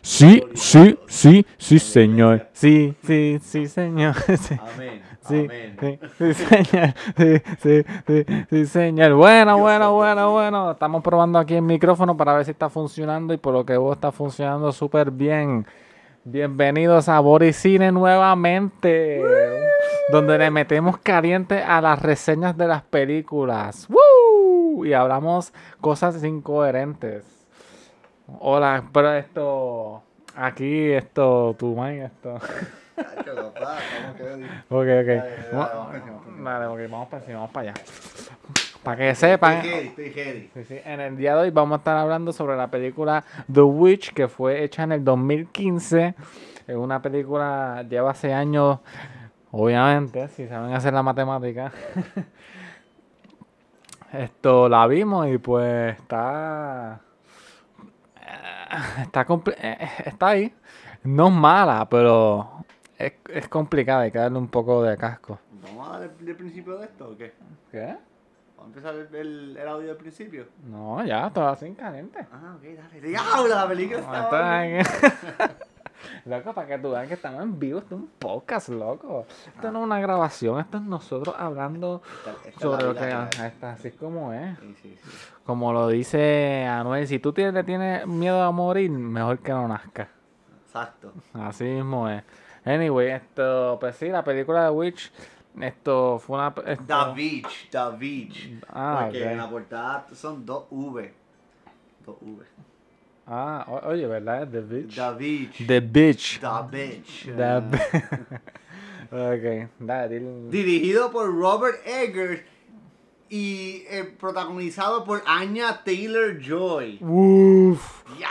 Sí, sí, sí, sí, señor. Sí, sí, sí, señor. Sí, Amén. sí, Amén. sí, sí, señor. Sí, sí, sí, sí, señor. Bueno, bueno, bueno, bueno. Estamos probando aquí el micrófono para ver si está funcionando y por lo que vos está funcionando súper bien. Bienvenidos a Boricine nuevamente, donde le metemos caliente a las reseñas de las películas. ¡Woo! Y hablamos cosas incoherentes. Hola, pero esto. Aquí, esto, tu man, esto. Chacho, papá, ¿cómo quedó? Ok, ok. dale, Va- vamos para encima, Dale, ok, vamos para encima, vamos para allá. Para que sepan. Estoy heavy, estoy heavy. Sí, sí, En el día de hoy vamos a estar hablando sobre la película The Witch que fue hecha en el 2015. Es una película, lleva hace años, obviamente, si saben hacer la matemática. Esto la vimos y pues está... Está, compli- eh, eh, está ahí. No es mala, pero es, es complicada, hay que darle un poco de casco. ¿Vamos a dar el, el principio de esto o qué? ¿Qué? ¿Vamos a empezar el, el, el audio del principio? No, ya, todas sin caliente. Ah, ok, dale. ¡Diablo, la película Ah, está... está bien. loco, para que tú veas que estamos en vivo, esto es un podcast, loco. Esto Ah. no es una grabación, esto es nosotros hablando Está- está sobre la lo que vida, ajá, claro. está, así es como es. Sí, sí, sí. Como lo dice Anuel, si tú tienes, le tienes miedo a morir, mejor que no nazca. Exacto. Así mismo es. Anyway, esto, pues sí, la película de Witch, esto fue una... esto- The Beach, The Beach. Ah, Porque ok. en la portada son dos V. Dos V. Ah, o- oye, ¿verdad? The Bitch. The Beach. The Bitch. The Beach. The ok, dale, dile- Dirigido por Robert Eggers y eh, protagonizado por Anya Taylor Joy. Uf. ¡Ya!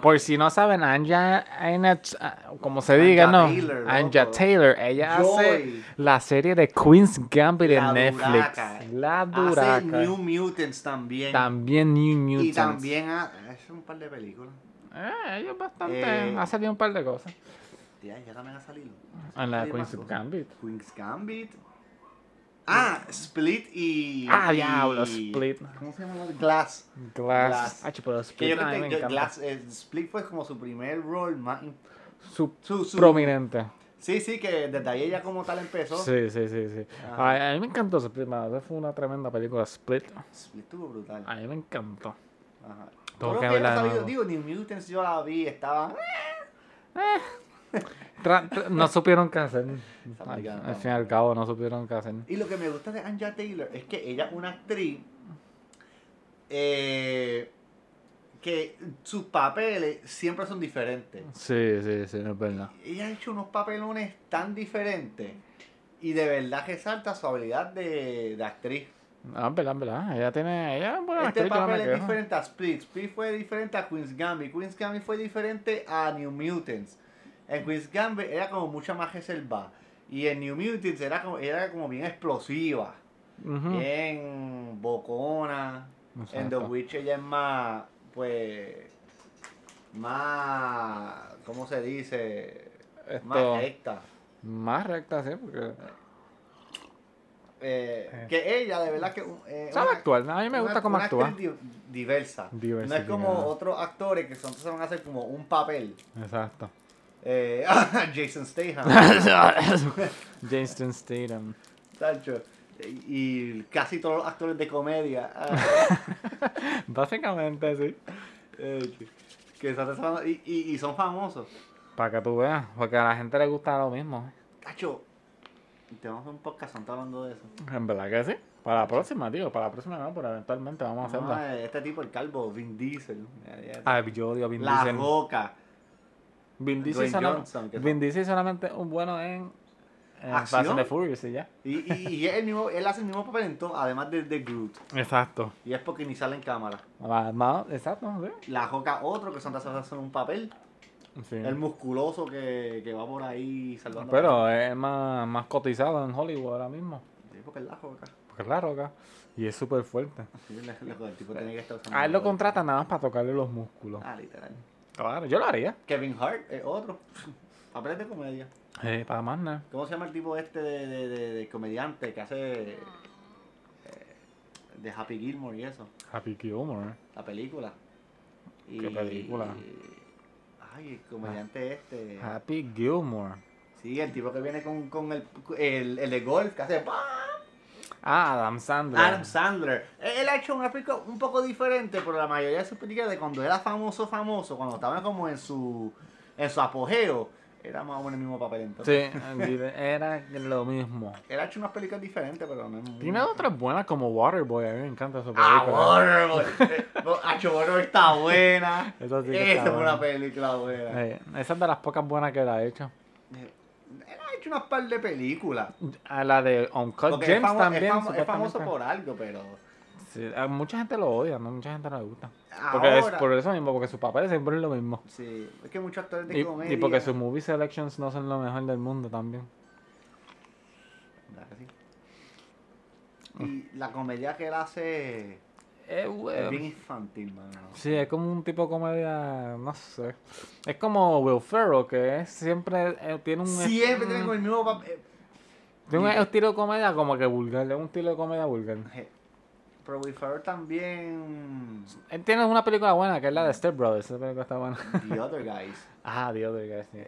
Por si no saben, Anja, Anja- ah, como se diga, ¿no? Taylor, Anja loco. Taylor, ella Joy. hace la serie de Queen's Gambit en La Netflix. duraca. La duraca. Hace New Mutants también. También New Mutants. Y también ha- hace un par de películas. Eh, ella es bastante. Eh. Ha salido un par de cosas. Tía, ella también ha salido. En la de Hay Queen's más cosas. Gambit. Queen's Gambit. Ah, Split y. Ah, y- diablo, Split. ¿Cómo se llama? Glass. Glass. Glass. Ah, pero Que Split yo a mí creo me que encanta. Glass, eh, Split fue como su primer rol más. im- Su- Su, su- prominente. Sí, sí, que desde ahí ella como tal empezó. Sí, sí, sí. sí. Ajá. Ay, a mí me encantó Split, mano. Fue una tremenda película, Split. Split estuvo brutal. A mí me encantó. Ajá. Ah, Tengo que Creo que yo no verla de sabía- nuevo. digo, New Mutants yo la vi, estaba. Tra- tra- no supieron qué hacer. Esa Al, película no. al fin y al cabo, no supieron qué hacer. Y lo que me gusta de Anja Taylor es que ella es una actriz eh, que sus papeles siempre son diferentes. Sí, sí, sí, es verdad. Ella ha hecho unos papelones tan diferentes y de verdad resalta su habilidad de, de actriz. Ah, es verdad, es verdad. Ella tiene. Ella es buena Ah, este actriz, yo no me papel es quejo. diferente a Split. Split fue diferente a Queen's Gambit. Queen's Gambit fue diferente a New Mutants. En Queen's Gambit era como mucha más reservada. Y en New Mutants era como, era como bien explosiva. Ujú. Bien bocona. En The Exacto. Witch ella es más, pues, más, ¿cómo se dice? Esto- Más recta. Más recta, sí, porque. Eh, Eh. que ella, de verdad que... eh, Sabe una- actuar. ¿no? A mí me una- gusta cómo una actúa. actriz di- diversa. Diversa, No es como diversa. otros actores que son, se van a hacer como un papel. Exacto. Eh, Jason Statham. Jason Statham. Sancho. Y casi todos los actores de comedia. ah, Básicamente, sí. eh, que son- son- y, y- y son famosos. Para que tú veas, porque a la gente le gusta lo mismo. Cacho, te vamos a hacer un podcast ¿no? hablando de eso. En verdad que sí. Para la próxima, tío. Para la próxima no, pero eventualmente vamos a hacerla. Ah, este tipo, el calvo, Vin Diesel. Ya, ya. Ay, yo odio a Vin Ah, la Diesel. roca. Vin Diesel, Dwayne solam- Johnson, que Vin Diesel solamente un bueno en, en Fast ¿Acción? and the Furious y ya. Y, y, y él, mismo, él hace el mismo papel en todo, además de, de Groot. Exacto. Y es porque ni sale en cámara. Ah, exacto, sí. La roca, otro que son las hacen un papel. Sí. El musculoso que, que va por ahí salvando. Pero es más, más cotizado en Hollywood ahora mismo. Sí, porque es la roca. Porque es la roca. Y es súper fuerte. Sí, la- la- el tipo tenía que estar usando A él la lo roca. contratan nada más para tocarle los músculos. Ah, literal. Claro, yo lo haría. Kevin Hart es otro. Papeles de comedia. Eh, para más nada. ¿Cómo se llama el tipo este de, de, de- de comediante que hace. eh, de Happy Gilmore y eso? Happy Gilmore. La película. Y- ¿Qué película? Ah. Ay, Ay, el comediante este. Happy Gilmore. Sí, el tipo que viene con, con el, el, el de golf, que hace ¡pam! Ah, Adam Sandler. Adam Sandler. Él ha hecho un aspecto un poco diferente, pero la mayoría de sus películas de cuando era famoso, famoso, cuando estaba como en su, en su apogeo, era más o menos el mismo papel entonces. Sí, era lo mismo. Él ha hecho unas películas diferentes, pero no es muy... Tiene otras buenas como Waterboy, a mí me encanta esa Ah, película. Waterboy. No, Hacho, Waterboy está buena. Esa sí que Esa está es buena. una película buena. Eh, Eh, esa es de las pocas buenas que la ha hecho. Él ha hecho unas par de películas. A Ah, la de Uncut Porque es, Gems famo- también. es famo- es supuestamente. famoso por algo, pero... Sí, a mucha gente lo odia, ¿no? mucha gente no le gusta. Porque Ahora, es por eso mismo, porque su papel siempre es lo mismo. Sí, es que muchos actores de Y, comedia... y porque sus movie selections no son lo mejor del mundo también. ¿Verdad que sí? Y la comedia que él hace Eh, es bien bueno. infantil, mano. Sí, es como un tipo de comedia, no sé. Es como Will Ferrell, que es- siempre eh, tiene un... Siempre tengo el mismo Mm. eh, papel. Tiene un estilo de comedia como que vulgar, es un estilo de comedia vulgar. Eh, Pero Will Ferrell también. Él tiene una película buena que es la de Step Brothers, esa película está buena. The Other Guys. Ah, Dios de Guys, sí.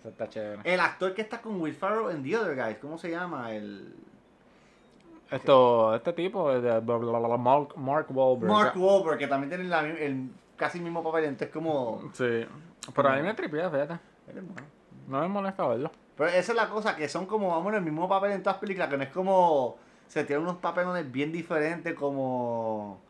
Esa está chévere. El actor que está con Will Ferrell en The Other Guys, ¿cómo se llama? El. Esto, este tipo, el de bla, bla, bla, Mark, Mark Wahlberg. Mark Wahlberg, que también tiene la mi- el casi el mismo papel, entonces como. Sí. Pero a mí me tripea, fíjate. Él es bueno. No me molesta verlo. Pero esa es la cosa, que son como, vamos, el mismo papel en todas las películas, que no es como. Se tienen unos papelones bien diferentes, como.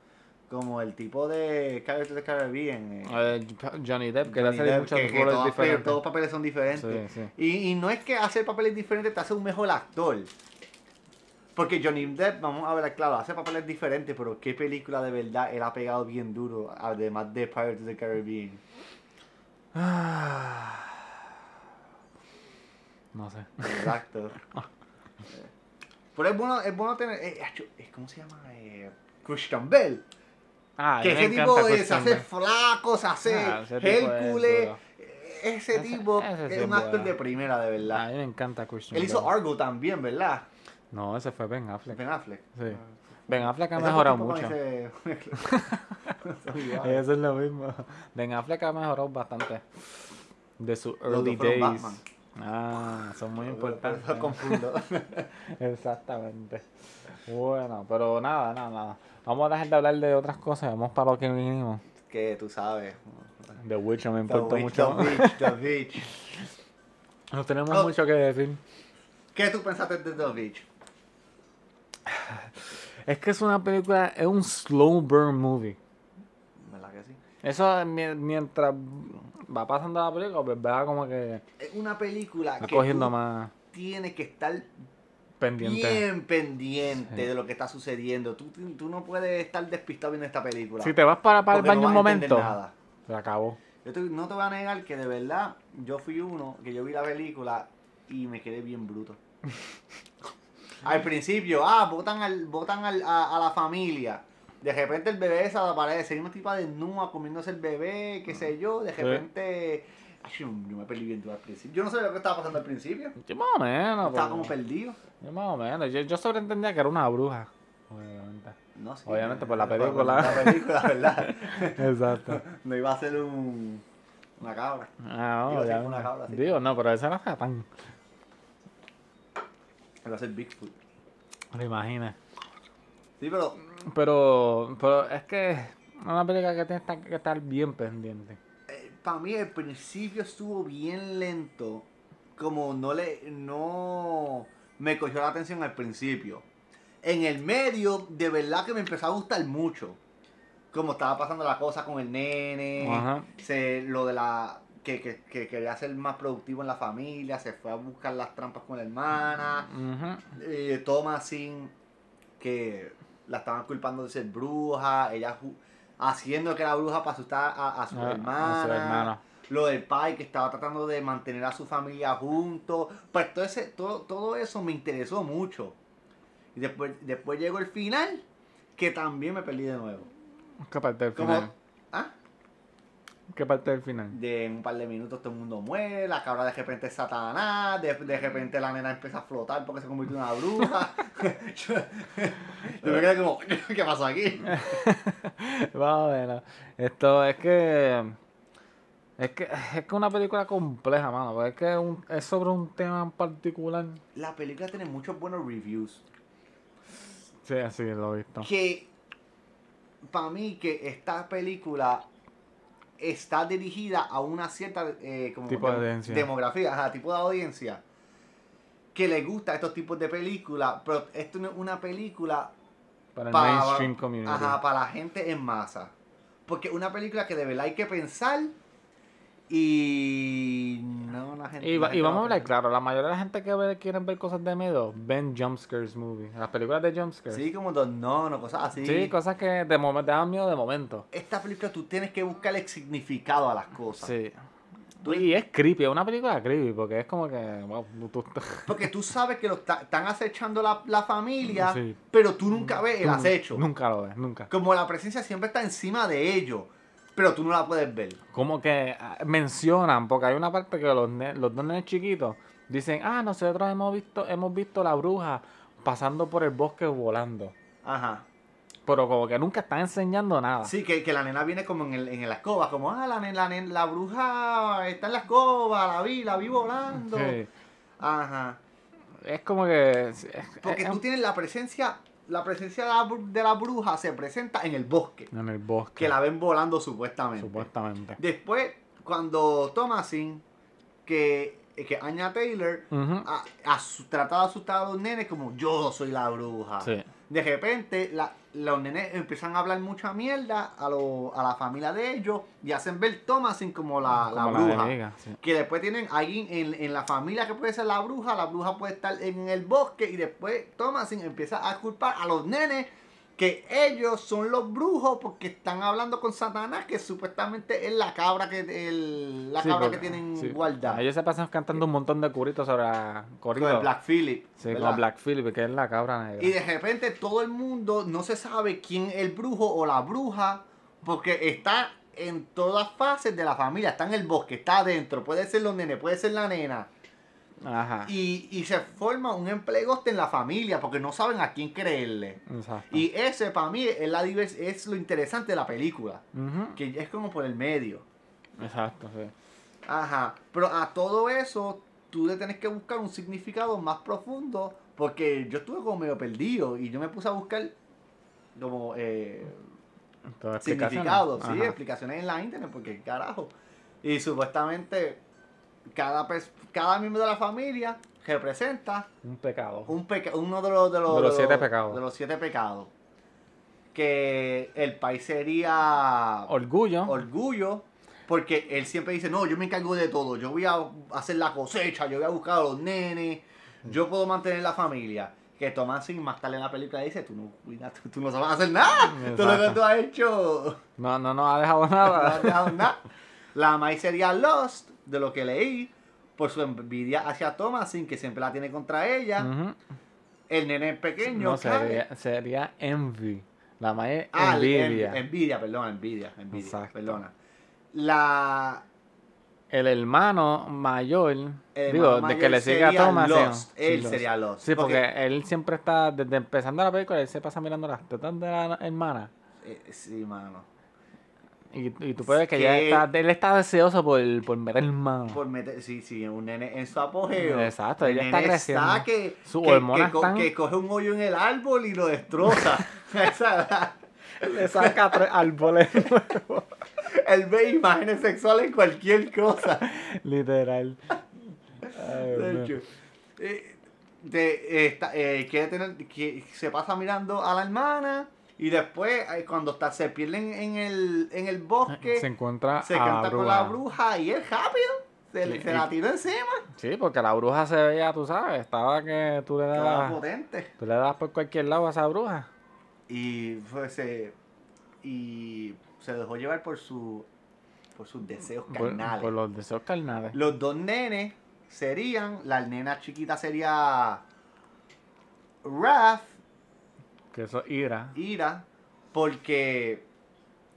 Como el tipo de Pirates of the Caribbean. eh, Eh, Johnny Depp, que le Johnny hace Depp, muchos que- que roles todos los papeles- Todos diferentes. los papeles son diferentes. Sí, sí. Y, y no es que hacer papeles diferentes te hace un mejor actor. Porque Johnny Depp, vamos a ver, claro, hace papeles diferentes, pero ¿qué película de verdad él ha pegado bien duro, además de Pirates of the Caribbean? Ah. No sé. Exacto. Eh, pero es bueno, es bueno tener... eh, acho, eh, ¿Cómo se llama? Eh, Christian Bell. Ah, Que me ese encanta tipo eh, se Christian hace Bell. flaco, se hace Ah, ese tipo es Hércules. duro. eh, Ese, Ese- tipo ese sí es es un actor bueno. de primera, de A verdad. mí me encanta Christian Él hizo Bell. Argo también, ¿verdad? No, ese fue Ben Affleck. Ben Affleck. Sí. Ah. Ben Affleck ha Ese mejorado fue mucho. el tipo con ese- Eso es lo mismo. Ben Affleck ha mejorado bastante. De sus dos early fueron days. Batman. Ah, son muy importantes. Lo confundo. Exactamente. Bueno, pero nada, nada, nada. Vamos a dejar de hablar de otras cosas. Vamos para lo que vinimos. que tú sabes. The Witcher me The importó Witch, mucho. The Witch, The Witch. No tenemos Oh. mucho que decir. ¿Qué tú pensaste de The Witch? Es que es una película, es un slow burn movie. ¿Verdad que sí? Eso mi- mientras va pasando la película, pues va como que Es una película va que cogiendo tú más tienes que estar pendiente. bien pendiente Sí. de lo que está sucediendo. Tú, tú no puedes estar despistado viendo esta película. Si te vas para, para el porque no baño un vas a entender momento, nada. se acabó. Yo te- no te voy a negar que de verdad yo fui uno que yo vi la película y me quedé bien bruto. al principio, ah, botan, al, botan al- a, a la familia. De repente el bebé desaparece. Hay una tipa desnuda comiéndose el bebé, qué sé yo. De Sí. repente. Ay, yo, yo me perdí bien duro al principio. Yo no sabía lo que estaba pasando al principio. Yo más o menos. estaba pero- como perdido. Yo más o menos. Yo, yo sobreentendía que era una bruja. Obviamente. No sé. Obviamente, por la Por- película. por la película, ¿verdad? Exacto. no iba a ser un, una cabra. Ah, Digo, no, sí, ya fue una no. cabra, sí. Digo, no, pero esa no era tan. Iba a ser Bigfoot. Lo imaginas. Sí, pero Pero, pero es que es una película que tienes que estar bien pendiente. para mí el principio estuvo bien lento. Como no le. No. Me cogió la atención al principio. En el medio, de verdad que me empezó a gustar mucho. Como estaba pasando la cosa con el nene. Ajá. se- lo de la. Que, que- que quería ser más productivo en la familia. Se fue a buscar las trampas con la hermana. Ujú. eh, Thomas sin que la estaban culpando de ser bruja, ella ju- haciendo que era bruja para asustar a, a su Ah, A- a su hermana. hermana. Lo del pai que estaba tratando de mantener a su familia juntos. Pues todo, ese, todo, todo eso me interesó mucho. Y después, después llegó el final, que también me perdí de nuevo. ¿Qué parte del Como, final? ¿ah? ¿Qué parte del final? De en un par de minutos todo el mundo muere, la cabra de repente es Satanás, de, de repente la nena empieza a flotar porque se convirtió en una bruja. yo, yo me quedé como, ¿qué pasó aquí? Más o menos. Esto es que. Es que es que una película compleja, mano. porque Es que un- es sobre un tema en particular. La película tiene muchos buenos reviews. Sí, sí, lo he visto. Que para mí que esta película está dirigida a una cierta eh, como Tipo de audiencia. demografía, ajá, tipo de audiencia que le gusta estos tipos de películas, pero esto no es una película Para el pa- mainstream community. Ajá, para la gente en masa. Porque es una película que de verdad hay que pensar y no la gente. Y, la va- y gente vamos a no- hablar claro, la mayoría de la gente que ve, quieren ver cosas de miedo ven jumpscares movie, las películas de jumpscares. Sí, como dos no, no, cosas así. pues. Sí, cosas que de momento te dan miedo de momento. Esta película tú tienes que buscar el significado a las cosas. Sí. Y es creepy, es una película creepy, porque es como que, wow, tú- Porque tú sabes que lo está- están acechando la, la familia, Sí. pero tú nunca ves el tú acecho. Nunca lo ves, nunca. Como la presencia siempre está encima de ellos, pero tú no la puedes ver. Como que ah, mencionan, porque hay una parte que los, ne- los dos nenes chiquitos dicen, ah, nosotros hemos visto, hemos visto la bruja pasando por el bosque volando. Ajá. Pero como que nunca están enseñando nada. Sí, que, que la nena viene como en, el, en la escoba, como, ah, la, nen- la, nen- la bruja está en la escoba, la vi, la vi volando. Sí. Ajá. Es como que... es- es- Porque es- tú tienes la presencia, la presencia de la, bru- de la bruja se presenta en el bosque, En el bosque. que la ven volando supuestamente. Supuestamente. Después, cuando Thomasin, que, que Anya Taylor, Ujú. a, asu- trataba de asustar a los nenes como yo soy la bruja. Sí. De repente, la- los nenes empiezan a hablar mucha mierda a, lo- a la familia de ellos y hacen ver Thomasin como la, la Como bruja. enemiga, sí. que después tienen alguien en, en la familia que puede ser la bruja, la bruja puede estar en el bosque y después Thomasin empieza a culpar a los nenes que ellos son los brujos porque están hablando con Satanás que supuestamente es la cabra que el- la Sí, cabra porque- que tienen sí. Ah, guardada. Ellos se pasan cantando un montón de curitos sobre la- Con coritos. el Black Phillip. Sí, ¿verdad? como Black Phillip, que es la cabra negra. Y de repente todo el mundo no se sabe quién es el brujo o la bruja, porque está en todas fases de la familia, está en el bosque, está adentro, puede ser los nenes, puede ser la nena. Ajá. Y, y se forma un emplegoste en la familia, porque no saben a quién creerle. Exacto. Y ese para mí es, la divers- es lo interesante de la película, Ujú. que es como por el medio. Exacto, sí. Ajá, pero a todo eso tú le tenés que buscar un significado más profundo porque yo estuve como medio perdido y yo me puse a buscar como eh, Todo explicaciones. significados, sí, Ajá. explicaciones en la internet porque carajo. Y supuestamente cada, pers- cada miembro de la familia representa Un pecado. un peca- uno de los, de los, De los de siete pecados. de los siete pecados. Que el país sería Orgullo. orgullo porque él siempre dice, no, yo me encargo de todo, yo voy a hacer la cosecha, yo voy a buscar a los nenes, yo puedo mantener la familia. Que Tomás sin más tarde en la película dice, tú no, cuidas, tú, tú no sabes hacer nada, tú lo que Exacto. tú has hecho, No, no, no ha dejado no has nada. dejado nada. La Mai sería Lost, de lo que leí, por su envidia hacia Thomasin, que siempre la tiene contra ella. Ujú. El nene pequeño, No, Kyle. sería, sería envy. La más es Ah, el- envidia. en- envidia, perdona, envidia, envidia, Exacto. perdona. La, El hermano mayor, El digo, hermano de que Eh, mayor le sigue a sería Thomas. Lost. sí, Él sería Lost, Sí, porque, porque- él siempre está, desde empezando la película, él se pasa mirando las tetas de la hermana. eh, sí, mano. Y, y tú puedes ver que Que- ya está, él está deseoso por, por ver el hermano. Por meter, sí, sí, un nene en su apogeo. Exacto, El ella está nene creciendo. que, Sus que, hormonas que co- están- que coge un hoyo en el árbol y lo destroza. Esa edad. Le saca tres árboles. Él ve imágenes sexuales en cualquier cosa. Literal. Ay, Dios De mío. hecho, eh, de- eh, está- eh, quiere tener, que se pasa mirando a la hermana y después eh, cuando está, se pierden en el, en Ah, el bosque, se se, encuentra a la canta con la bruja. bruja y él rápido se, Ah, le- Sí, se y- la tira encima. Sí, porque la bruja se veía, tú sabes, estaba que tú le Estaba dabas, potente. tú le dabas por cualquier lado a esa bruja. Y pues se. Y se dejó llevar por su. por sus deseos Por, carnales. por los deseos carnales. Los dos nenes serían. La nena chiquita sería. Raph, Que eso es ira Ira, porque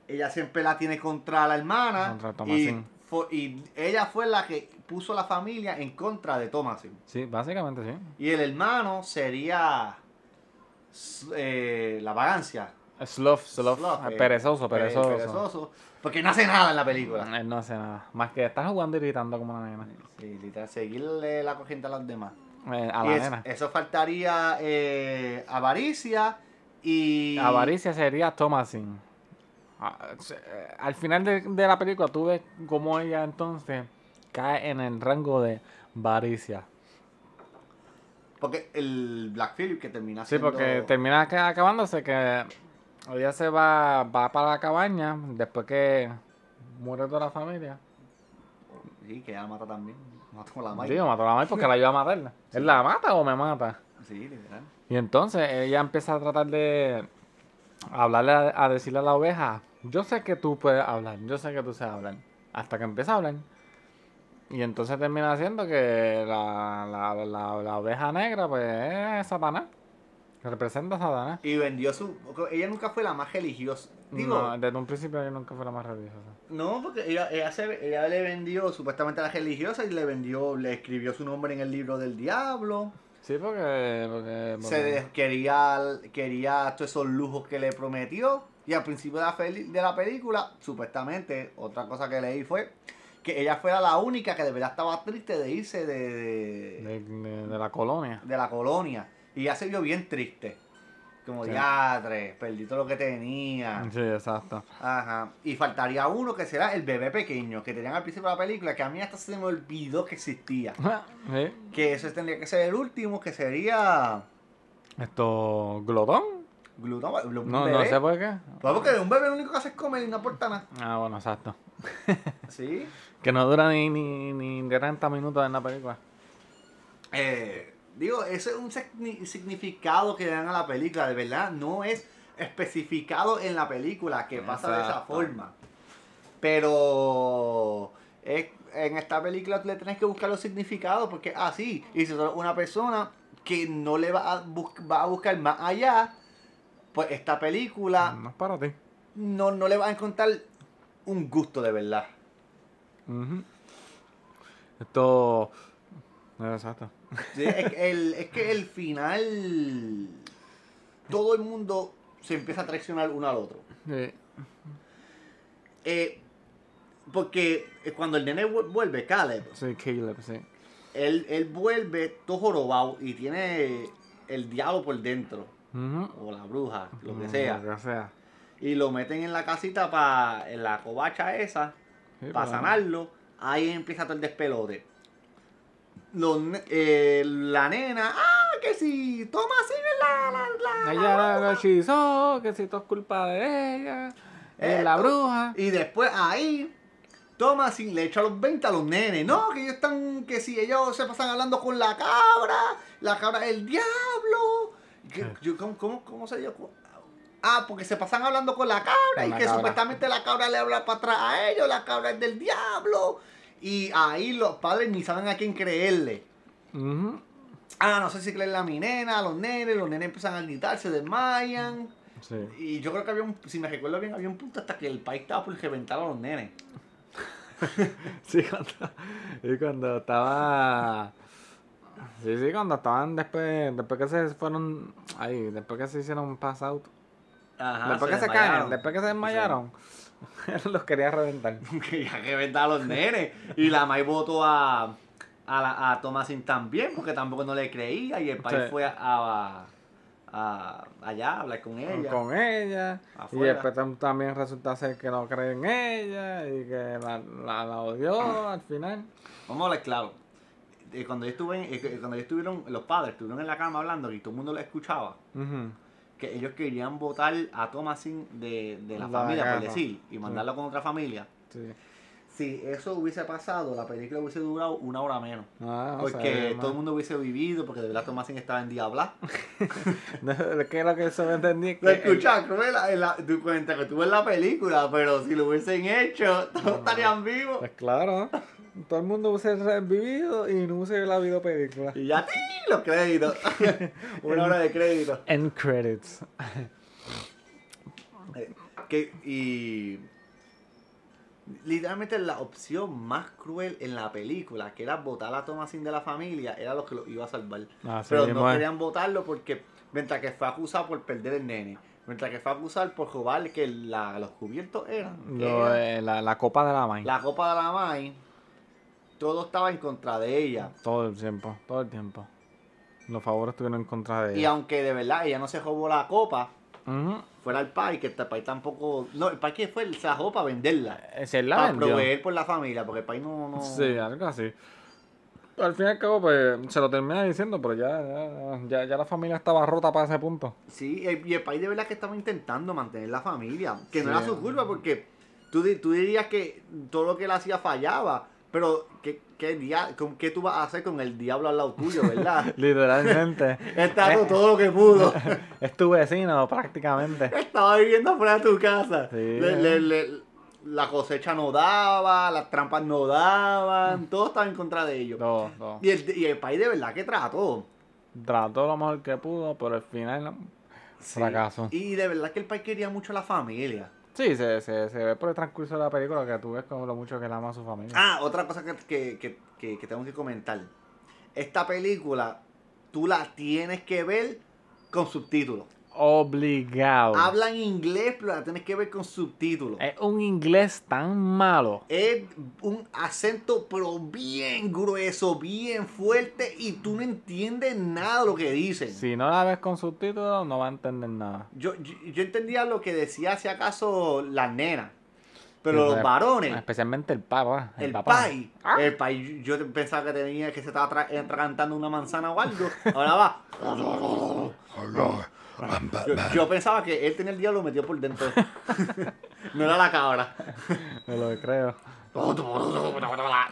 ella siempre la tiene contra la hermana. Contra y, Thomasin. fue- y ella fue la que puso la familia en contra de Thomasin. Sí, básicamente sí. Y el hermano sería. s- eh, la vagancia. Sloth, Sloth. Sloth, Ah, eh, perezoso, pe- perezoso. Mm. perezoso, Porque no hace nada en la película. Él no hace nada. Más que está jugando y gritando como una nena. Sí, literal, seguirle la corriente a los demás. Eh, a Y la es- nena. eso faltaría eh, avaricia y. Avaricia sería Thomasin. Ah, se- eh, Al final de, de la película tú ves cómo ella entonces cae en el rango de avaricia. Porque el Black Phillip que termina Sí, siendo- porque termina ca- acabándose que ella se va, va para la cabaña después que muere toda la familia. Sí, que ya la mata también. Mató a la madre. Digo, mató a la madre porque la iba a matar. ¿Él la mata o me mata? Sí, literal. Y entonces ella empieza a tratar de hablarle, a, a decirle a la oveja, yo sé que tú puedes hablar, yo sé que tú sabes hablar. Hasta que empieza a hablar. Y entonces termina haciendo que la, la- la- la oveja negra, pues, es Satanás. Representa a Satanás. Y vendió su. Ella nunca fue la más religiosa. Digo, No, desde un principio yo nunca fui la más religiosa. No, porque ella, ella, se- ella le vendió supuestamente a la religiosa y le vendió, le escribió su nombre en el libro del diablo. Sí, porque... porque- Se porque- de- quería, quería todos esos lujos que le prometió. Y al principio de la, feli- de la película, supuestamente, otra cosa que leí fue que ella fuera la única que de verdad estaba triste de irse de, de, de, de- de la colonia. de la colonia. Y ya se vio bien triste. Como Sí. diadre, perdí todo lo que tenía. Sí, exacto. Ajá. Y faltaría uno que será el bebé pequeño que tenían al principio de la película, que a mí hasta se me olvidó que existía. Sí. Que ese tendría que ser el último, que sería. Esto, glotón. Glutón. un No, bebé. no sé por qué. Pues porque un bebé lo único que hace es comer y no aporta nada. Ah, bueno, exacto. Sí. Que no dura ni, ni, ni 30 minutos en la película. Eh, digo, ese es un signi- significado que le dan a la película, de verdad, no es especificado en la película que pasa de esa Exacto. forma. Pero es- en esta película tú le tienes que buscar los significados porque así, y si tú eres una persona que no le va a, bus- va a buscar más allá, pues esta película No es para ti. no, no le va a encontrar un gusto de verdad. Ujú. Esto. Exacto. Sí, es, que el, es que el final. Todo el mundo se empieza a traicionar uno al otro. Sí. Eh, porque cuando el nene vu- vuelve, Caleb, Sí, Caleb, sí. él, él vuelve todo jorobado y tiene el diablo por dentro. Ujú. O la bruja, lo que Mm, sea. Lo que sea. Y lo meten en la casita para. en la covacha esa. Sí, para pero- sanarlo, ahí empieza todo el despelote. Los ne- eh, la nena, ah, que si toma así la, la, la- Ella la, la hechizó, que si todo es culpa de ella. Ella es la Esto. bruja. Y después ahí, toma así, le echa los 20 a los nenes, no, que ellos están, que si ellos se pasan hablando con la cabra, la cabra es el diablo. Que- Sí. yo, ¿cómo, cómo, cómo se dio? cu- Ah, porque se pasan hablando con la cabra Con y la que cabra. supuestamente la cabra le habla para atrás a ellos, la cabra es del diablo. Y ahí los padres ni saben a quién creerle. Ujú. Ah, no sé si creen a mi nena, a los nenes, los nenes empiezan a gritar, se desmayan. Sí. Y yo creo que había un, si me recuerdo bien, había un punto hasta que el país estaba por reventar a los nenes. Sí, cuando, y cuando estaba. Sí, sí, cuando estaban después. Después que se fueron. Ahí, después que se hicieron pass out. Ajá, después que se Ah, desmayaron. caen, después que se desmayaron. los quería reventar. Quería reventar a los nenes. Y la May votó a, a, la- a Thomasin también, porque tampoco no le creía. Y el país Sí. fue a, a- a- allá a hablar con ella. Con ella. Y Afuera. después tam- también resulta ser que no cree en ella. Y que la, la, la odió al final. Vamos a hablar claro. Eh, Cuando ellos, estuve en- eh, cuando ellos estuvieron, los padres estuvieron en la cama hablando y todo el mundo la escuchaba, Ujú. que ellos querían votar a Thomasin de, de la La familia, por casa. decir, y mandarla con otra familia. Sí. Si eso hubiese pasado, la película hubiese durado una hora menos. Ah, o sea, Porque más- todo el mundo hubiese vivido, porque de verdad Thomasin estaba en diabla. que lo que se me entendí es que. Lo escuchas, Cruella, en la, tú cuenta que tuvo en la película, pero si lo hubiesen hecho, todos estarían vivos. Pues claro. Todo el mundo usa revivido y no usa la video película. Y ya ¡tí! los créditos. Una hora de créditos. End credits. Eh, que, y literalmente la opción más cruel en la película, que era votar a Thomasin de la familia, era lo que lo iba a salvar. Así pero mismo no es. querían votarlo porque mientras que fue acusado por perder el nene, Mientras que fue acusado por jugar que la- los cubiertos eran. Lo, eran eh, la, la copa de la main. La copa de la Mai, todo estaba en contra de ella. Todo el tiempo, todo el tiempo. Los favores estuvieron en contra de Y ella. aunque de verdad ella no se robó la copa, Ujú. fuera al país, que el país tampoco. No, el país que fue, se la robó para venderla. Esa es Eh, la Para vendió. proveer por la familia, porque el país no. no... Sí, algo así. Al fin y al cabo, pues se lo termina diciendo, pero ya, ya, ya, ya la familia estaba rota para ese punto. Sí, el- y el país de verdad que estaba intentando mantener la familia, que no era Sí. su culpa, porque tú, di- tú dirías que todo lo que él hacía fallaba, pero ¿qué, qué, dia- con, qué tú vas a hacer con el diablo al lado tuyo, verdad? Literalmente. Él trató todo lo que pudo. es tu vecino, prácticamente. Estaba viviendo fuera de tu casa. Sí. Le- le- le- la cosecha no daba, las trampas no Mm. daban, todo estaba en contra de ellos. Todo, todo. Y, el, y el país de verdad que trató. Trató lo mejor que pudo, pero al final Sí. fracaso. Y de verdad que el país quería mucho a la familia. Sí, se, se, se ve por el transcurso de la película que tú ves como lo mucho que él ama a su familia. Ah, otra cosa que, que, que- que- que tengo que comentar. Esta película, tú la tienes que ver con subtítulos. Obligado. Hablan inglés, pero la tienes que ver con subtítulos. Es un inglés tan malo. Es un acento, pero bien grueso, bien fuerte, y tú no entiendes nada de lo que dicen. Si no la ves con subtítulos, no va a entender nada. Yo, yo, yo entendía lo que decía, si acaso, las nenas. Pero los Eh, varones, Especialmente el papá. el papá. país, Ah. el país, yo pensaba que tenía que se estaba tra- atragantando una manzana o algo. Ahora va. Yo, yo pensaba que él tenía el diablo metido por dentro. no era la cabra. Me lo creo.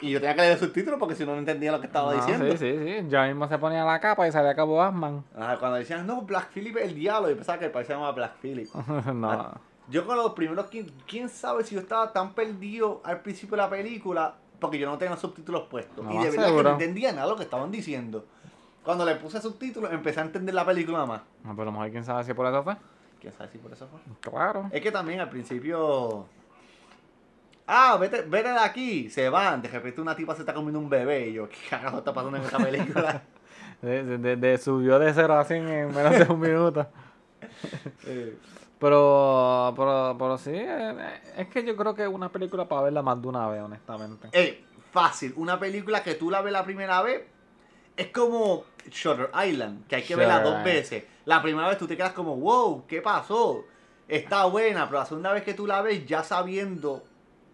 Y yo tenía que leer el subtítulo porque si no, no entendía lo que estaba No, diciendo. Ah, Sí, sí, sí. Ya mismo se ponía la capa y salía Cabo Batman. Ajá, cuando decían, no, Black Phillip es el diablo, yo pensaba que el país se llamaba Black Phillip. no. Yo con los primeros, ¿quién, quién sabe si yo estaba tan perdido al principio de la película? Porque yo no tenía los subtítulos puestos. No, y de verdad que seguro. no entendía nada de lo que estaban diciendo. Cuando le puse subtítulos, empecé a entender la película más. No, pero a lo mejor quién sabe si por eso fue. ¿Quién sabe si por eso fue? Claro. Es que también al principio... Ah, vete, vete de aquí. Se van. De repente una tipa se está comiendo un bebé. Y yo, ¿qué carajo está pasando en esta película? De- de- de- de- subió de 0 a 100 en menos de un minuto. Eh, Pero, pero, pero sí, eh, es que yo creo que es una película para verla más de una vez, honestamente. eh, fácil. Una película que tú la ves la primera vez es como Shutter Island, que hay que verla Shutter dos Island. veces. La primera vez tú te quedas como, wow, ¿qué pasó? Está buena, pero la segunda vez que tú la ves ya sabiendo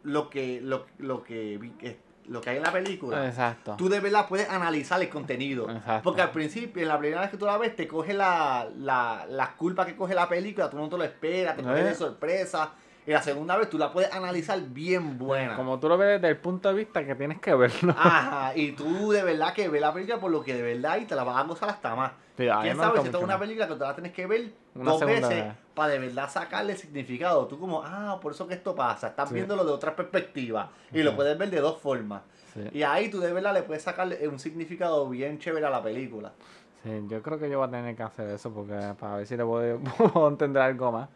lo que, lo, lo que, vi- eh, lo que hay en la película. Exacto. Tú de verdad puedes analizar el contenido. Exacto. Porque al principio, en la primera vez que tú la ves, te coge la, la, la culpa que coge la película, tú no te lo esperas, te coge Eh. de sorpresa. Y la segunda vez tú la puedes analizar bien buena. Como tú lo ves desde el punto de vista que tienes que verlo. Ajá, y tú de verdad que ves la película por lo que de verdad y te la vas a gozar hasta más. Sí, a mí ¿Quién Ah, me sabe gustó si esto es mucho una más. película que te la tienes que ver Una dos segunda veces vez. para de verdad sacarle significado? Tú como, ah, por eso que esto pasa. Estás Sí. viéndolo de otra perspectiva y lo Ujú. puedes ver de dos formas. Sí. Y ahí tú de verdad le puedes sacar un significado bien chévere a la película. Sí, yo creo que yo voy a tener que hacer eso porque para ver si le puedo, puedo entender algo más.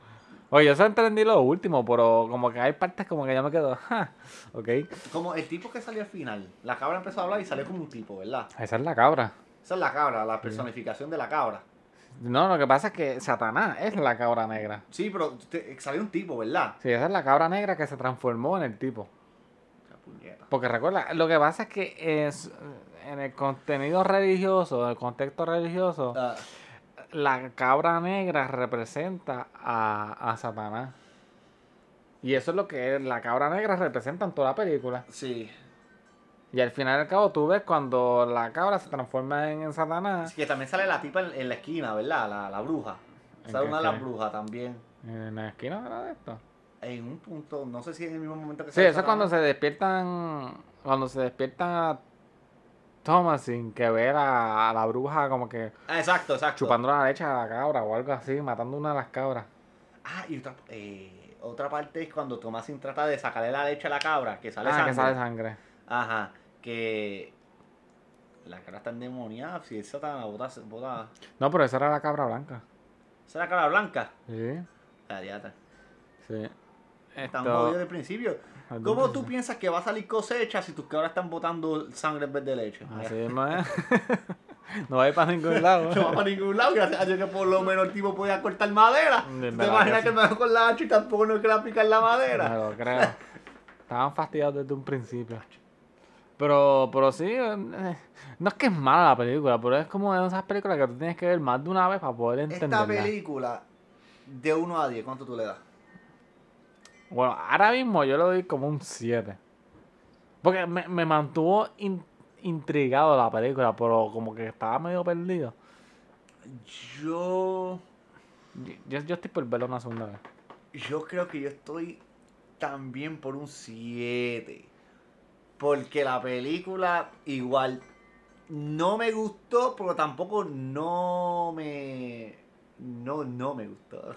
Oye, yo solo entendí lo último, pero como que hay partes como que ya me quedo, ja, ok. Como el tipo que salió al final. La cabra empezó a hablar y salió como un tipo, ¿verdad? Esa es la cabra. Esa es la cabra, la personificación de la cabra. No, lo que pasa es que Satanás es la cabra negra. Sí, pero te- salió un tipo, ¿verdad? Sí, esa es la cabra negra que se transformó en el tipo. La puñeta. Porque recuerda, lo que pasa es que es, eh, en el contenido religioso, en el contexto religioso, Ah, la cabra negra representa a, a Satanás. Y eso es lo que es, la cabra negra representa en toda la película. sí. Y al final y al cabo tú ves cuando la cabra se transforma en, en Satanás. Así que también sale la tipa en, en la esquina, ¿verdad? La, la bruja. ¿En Sale qué una de las esquina? brujas también. En la esquina era de esto. En un punto, no sé si en el mismo momento que Sí, sale eso es cuando se despiertan. Cuando se despiertan a Thomasin, que ver a, a la bruja como que Ah, exacto, exacto. chupando la leche a la cabra o algo así, matando una de las cabras. Ah, y otra, eh, otra parte es cuando Tomasin trata de sacarle la leche a la cabra, que sale ah, sangre. que sale sangre. Ajá, que... La cabra está endemoniada, si esa tan la bota... bota- No, pero esa era la cabra blanca. ¿Esa es la cabra blanca? Sí, La diatra. sí. Están Esto- jodidos de principio. ¿Cómo tú Ah, piensas que va a salir cosecha si tus cabras están botando sangre en vez de leche? Así mismo es. No va a ir para ningún lado. ¿eh? No va para ningún lado, gracias a Dios que por lo menos el tipo podía cortar madera. De ¿Te verdad imaginas que que, el me con la hacha y tampoco no quería picar la madera? No lo creo. Estaban fastidiados desde un principio. Pero, pero sí, eh, no es que es mala la película, pero es como de esas películas que tú tienes que ver más de una vez para poder Esta entenderla. película, de 1 a 10, ¿cuánto tú le das? Bueno, ahora mismo yo le doy como un 7. Porque me, me mantuvo in- intrigado la película, pero como que estaba medio perdido. Yo. Yo, yo estoy por verla una segunda vez. Yo creo que yo estoy también por un 7. Porque la película igual no me gustó, pero tampoco no me... No, no me gustó.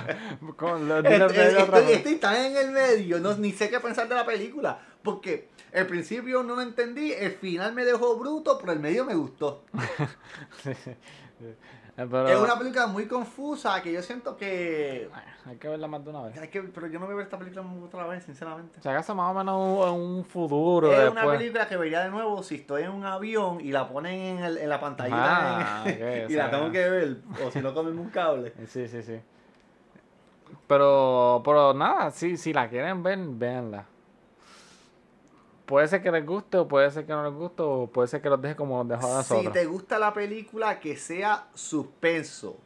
Con lo- dile- Estoy, dile otra estoy- vez. estoy tan este, en el medio, no, ni sé qué pensar de la película. Porque el principio no lo entendí, el final me dejó bruto, pero el medio me gustó. Sí, sí. Eh, Pero- Es una película muy confusa que yo siento que... Hay que verla más de una vez. Ay, que- pero yo no voy a ver esta película otra vez, sinceramente. Si acaso más o menos un, un futuro es después. una película que vería de nuevo si estoy en un avión y la ponen en, el- en la pantallita Ah, en- ok, o y sea. la tengo que ver o si no comen un cable. Sí, sí, sí. Pero, pero nada, si, si la quieren ver, véanla. Puede ser que les guste, o puede ser que no les guste, o puede ser que los deje como los dejó a nosotros. Si te gusta la película que sea suspenso,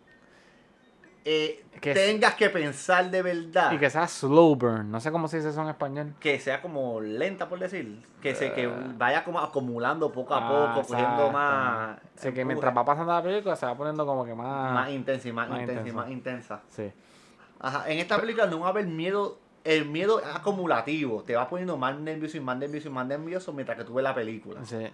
eh, Que es- tengas que pensar de verdad, Y que sea slow burn. No sé cómo se dice eso en español. que sea como lenta por decir, que se que Ah. vaya como acumulando poco a Ah, poco, cogiendo exacto. más, O sea, que empuje, mientras va pasando la película se va poniendo como que más... más intensa y más, más intensa y intensa. más intensa. sí. Ajá, en esta película no va a haber miedo. El miedo es acumulativo. Te va poniendo más nervioso y más nervioso y más nervioso mientras que tú ves la película. sí.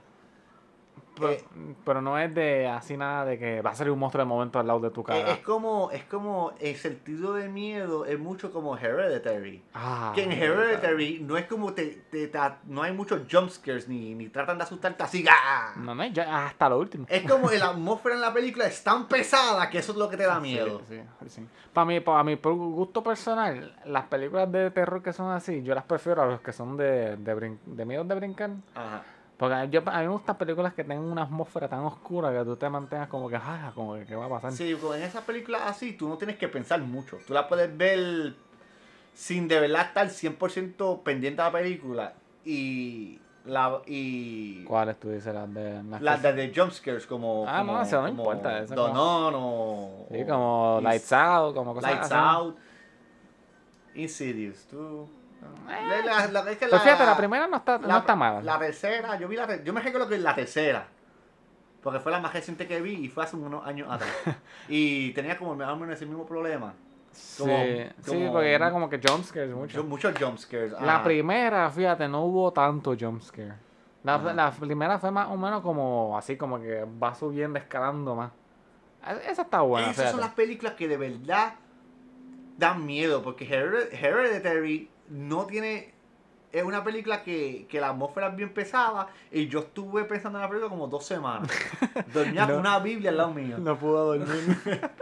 Pero, Eh, pero no es de así nada de que va a salir un monstruo de momento al lado de tu Eh, cara. Es como, es como el sentido de miedo es mucho como Hereditary. Ah, Que en Hereditary no es como te, te- te- no hay muchos jump scares ni, ni tratan de asustarte así. ¡ah! No, no, ya hasta lo último. Es como la atmósfera en la película es tan pesada que eso es lo que te Ah, da miedo. Para mí, para mí, por gusto personal, las películas de terror que son así, yo las prefiero a los que son de, de, brin- de miedo de brincar. Ajá. Porque a- yo, a mí me gustan películas que tengan una atmósfera tan oscura que tú te mantengas como que, ah, como que, ¿qué va a pasar? Sí, como en esas películas así tú no tienes que pensar mucho. Tú la puedes ver sin de verdad estar 100% pendiente de la película. Y la y ¿Cuáles tú dices? Las de... las las que- de, de jump scares como Ah, no, como- eso no como importa, eso Don't como- Know, no, sí, o- como Ins- Lights Out, como cosas Lights así. Out, Insidious, tú. La- la- la- es que Eh. Pero fíjate, la primera no está, no está mala. La tercera, yo vi la ter- yo me recuerdo que la tercera. Porque fue la más reciente que vi y fue hace unos años atrás. y tenía como más o menos ese mismo problema. sí, como- sí, como- porque era como que jumpscares mucho. Yo- muchos Ah, jumpscares. La ajá. primera, fíjate, no hubo tanto jumpscare. La, Ajá. la primera fue más o menos como así, como que va subiendo, escalando más. E- Esa está buena, Esas son fíjate. las películas que de verdad dan miedo. Porque Hered- Hereditary no tiene. Es una película que, que la atmósfera es bien pesada. Y yo estuve pensando en la película como dos semanas. Dormía No. con una Biblia al lado mío. No pudo dormir.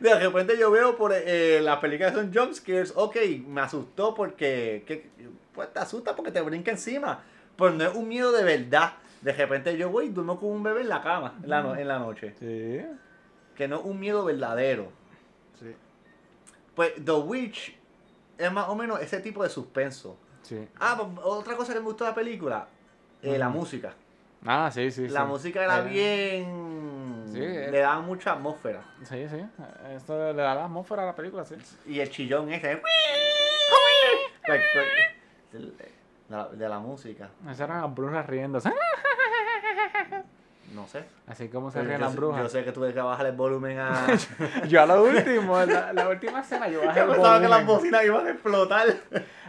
De repente yo veo por eh, las películas que son jump scares, ok, me asustó porque que- pues te asusta porque te brinca encima, pero no es un miedo de verdad. De repente yo voy y duermo con un bebé en la cama en la, no- en la noche, sí, que no es un miedo verdadero. sí. Pues The Witch es más o menos ese tipo de suspenso. Sí. Ah, pues, otra cosa que me gustó de la película, eh, la Ujú. música. Ah, sí, sí. La sí. música era Eh, bien... Sí, eh. le daba mucha atmósfera. Sí, sí. Esto le da la atmósfera a la película, sí. Y el chillón ese. Cuac, cuac. De la, de la música. Esas eran las brujas riéndose. No sé. Así como se Yo, ríen las sé- brujas. yo sé que tuve que bajar el volumen a. Yo Yo a lo último, en la, la última escena, yo bajé el pensaba que las volumen. bocinas iban a explotar.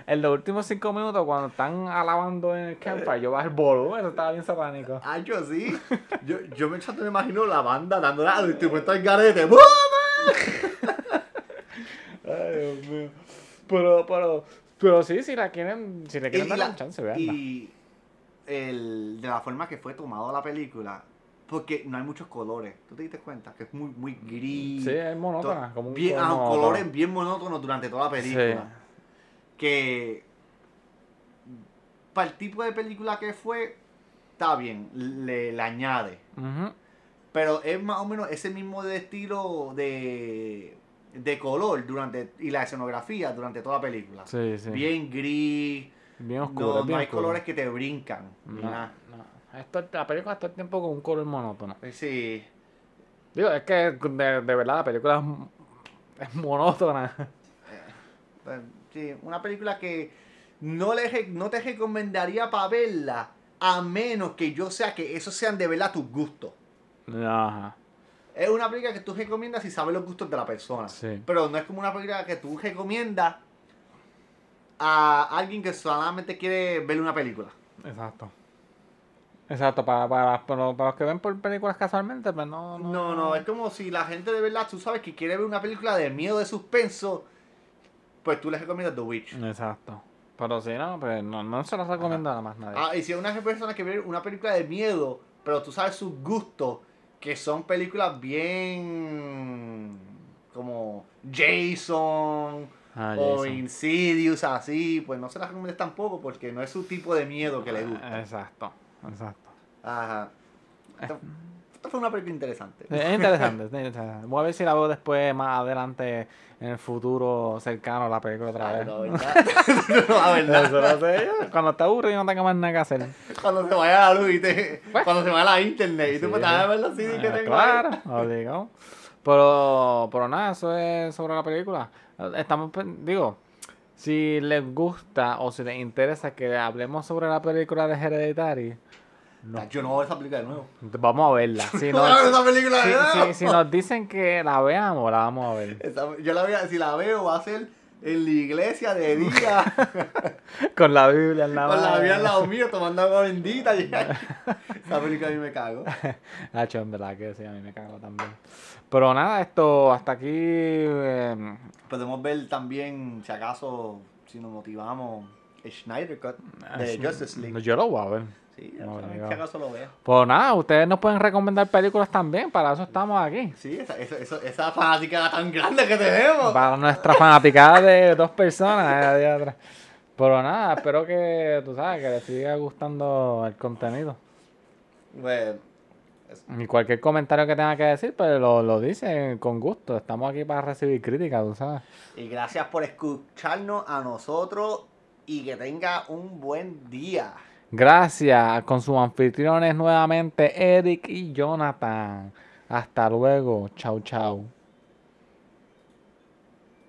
En los últimos cinco minutos, cuando están alabando en el campfire, yo bajé el volumen, eso estaba bien satánico. Ah, yo sí. Yo, yo me, me imagino la banda dando la. Y te puesto al garete. ¡Bum! Ay, Dios mío. Pero, pero, pero sí, si la quieren, si le Y, quieren dar la- la chance, veanla. y el, de la forma que fue tomada la película. Porque no hay muchos colores. ¿Tú te diste cuenta? Que es muy, muy gris. Mm, Sí, es monótona, To- como un bien, ah, tono- colores bien monótonos durante toda la película. Que para el tipo de película que fue, está bien, le, le añade. Ujú. Pero es más o menos ese mismo de estilo de, de color durante y la escenografía durante toda la película. Sí, sí. Bien, Bien gris, oscuro. no, no bien hay oscuro. colores Mm. que te brincan. ni No, nada. no. Esto- la película está el tiempo con un color monótono. Pues Sí, Digo, es que de, de verdad la película es m- es monótona. eh, sí, una película que no, le, re- no te recomendaría para verla a menos que yo sea que esos sean de verdad tus gustos. Ajá. Es una película que tú recomiendas si sabes los gustos de la persona. Sí. Pero no es como una película que tú recomiendas a alguien que solamente quiere ver una película. Exacto. Exacto, para, para, para- para los que ven por películas casualmente, pues no. No, No, no, es como si la gente de verdad, tú sabes que quiere ver una película de miedo, de suspenso, pues tú les recomiendas The Witch. Exacto. Pero si no, pues no, no se las recomiendo a más nadie. Ah, y si hay una persona que ve una película de miedo, pero tú sabes sus gustos, que son películas bien como Jason, Ah, o Jason. Insidious, así, pues no se las recomiendas tampoco porque no es su tipo de miedo que le gusta. Exacto, exacto. Ajá. Eh. Esta, esta fue una película interesante. Es interesante, es interesante. Voy a ver si la veo después, más adelante, en el futuro cercano, la película otra Ah, vez. no, ¿verdad? No, la Ah, verdad. Eso lo sé yo. Cuando te aburres y no tenga más nada que hacer. Cuando se vaya la luz y te, Pues. cuando se vaya la internet Pues, y tú Sí. me estás a ver los CD que Ah, tengo. ahí. Claro, obligado. Pero, pero nada, eso es sobre la película. Estamos, pen- digo, si les gusta o si les interesa que hablemos sobre la película de Hereditary, no. Ah, Yo no voy a ver esa película de nuevo. vamos a verla. Si No, voy a ver nos, esa película de si- nuevo. si- si nos dicen que la veamos, la vamos a ver. Esa- yo la voy a- si la veo va a ser en la iglesia de día, Con la Biblia en la con la mano. vida al lado mío, tomando agua bendita. y- esa película a mí me cago. Nacho, Ah, en verdad que sí, a mí me cago también. Pero nada, esto hasta aquí. eh, Podemos ver también, si acaso, si nos motivamos, el Schneider Cut de es- Justice League. Yo lo voy a ver. Sí, Ah, No, también, no. si acaso lo veo. Pues nada, ustedes nos pueden recomendar películas también, para eso estamos aquí. Sí, esa, esa, esa, esa fanática tan grande que tenemos. Para nuestra fanaticada de dos personas. eh, ahí atrás. Pero nada, espero que, tú sabes, que les siga gustando el contenido. Bueno, Y cualquier comentario que tenga que decir, pues lo, lo dicen con gusto. Estamos aquí para recibir críticas, tú sabes. Y gracias por escucharnos a nosotros y que tenga un buen día. Gracias con sus anfitriones nuevamente, Eric y Jonathan. Hasta luego. Chau, chau.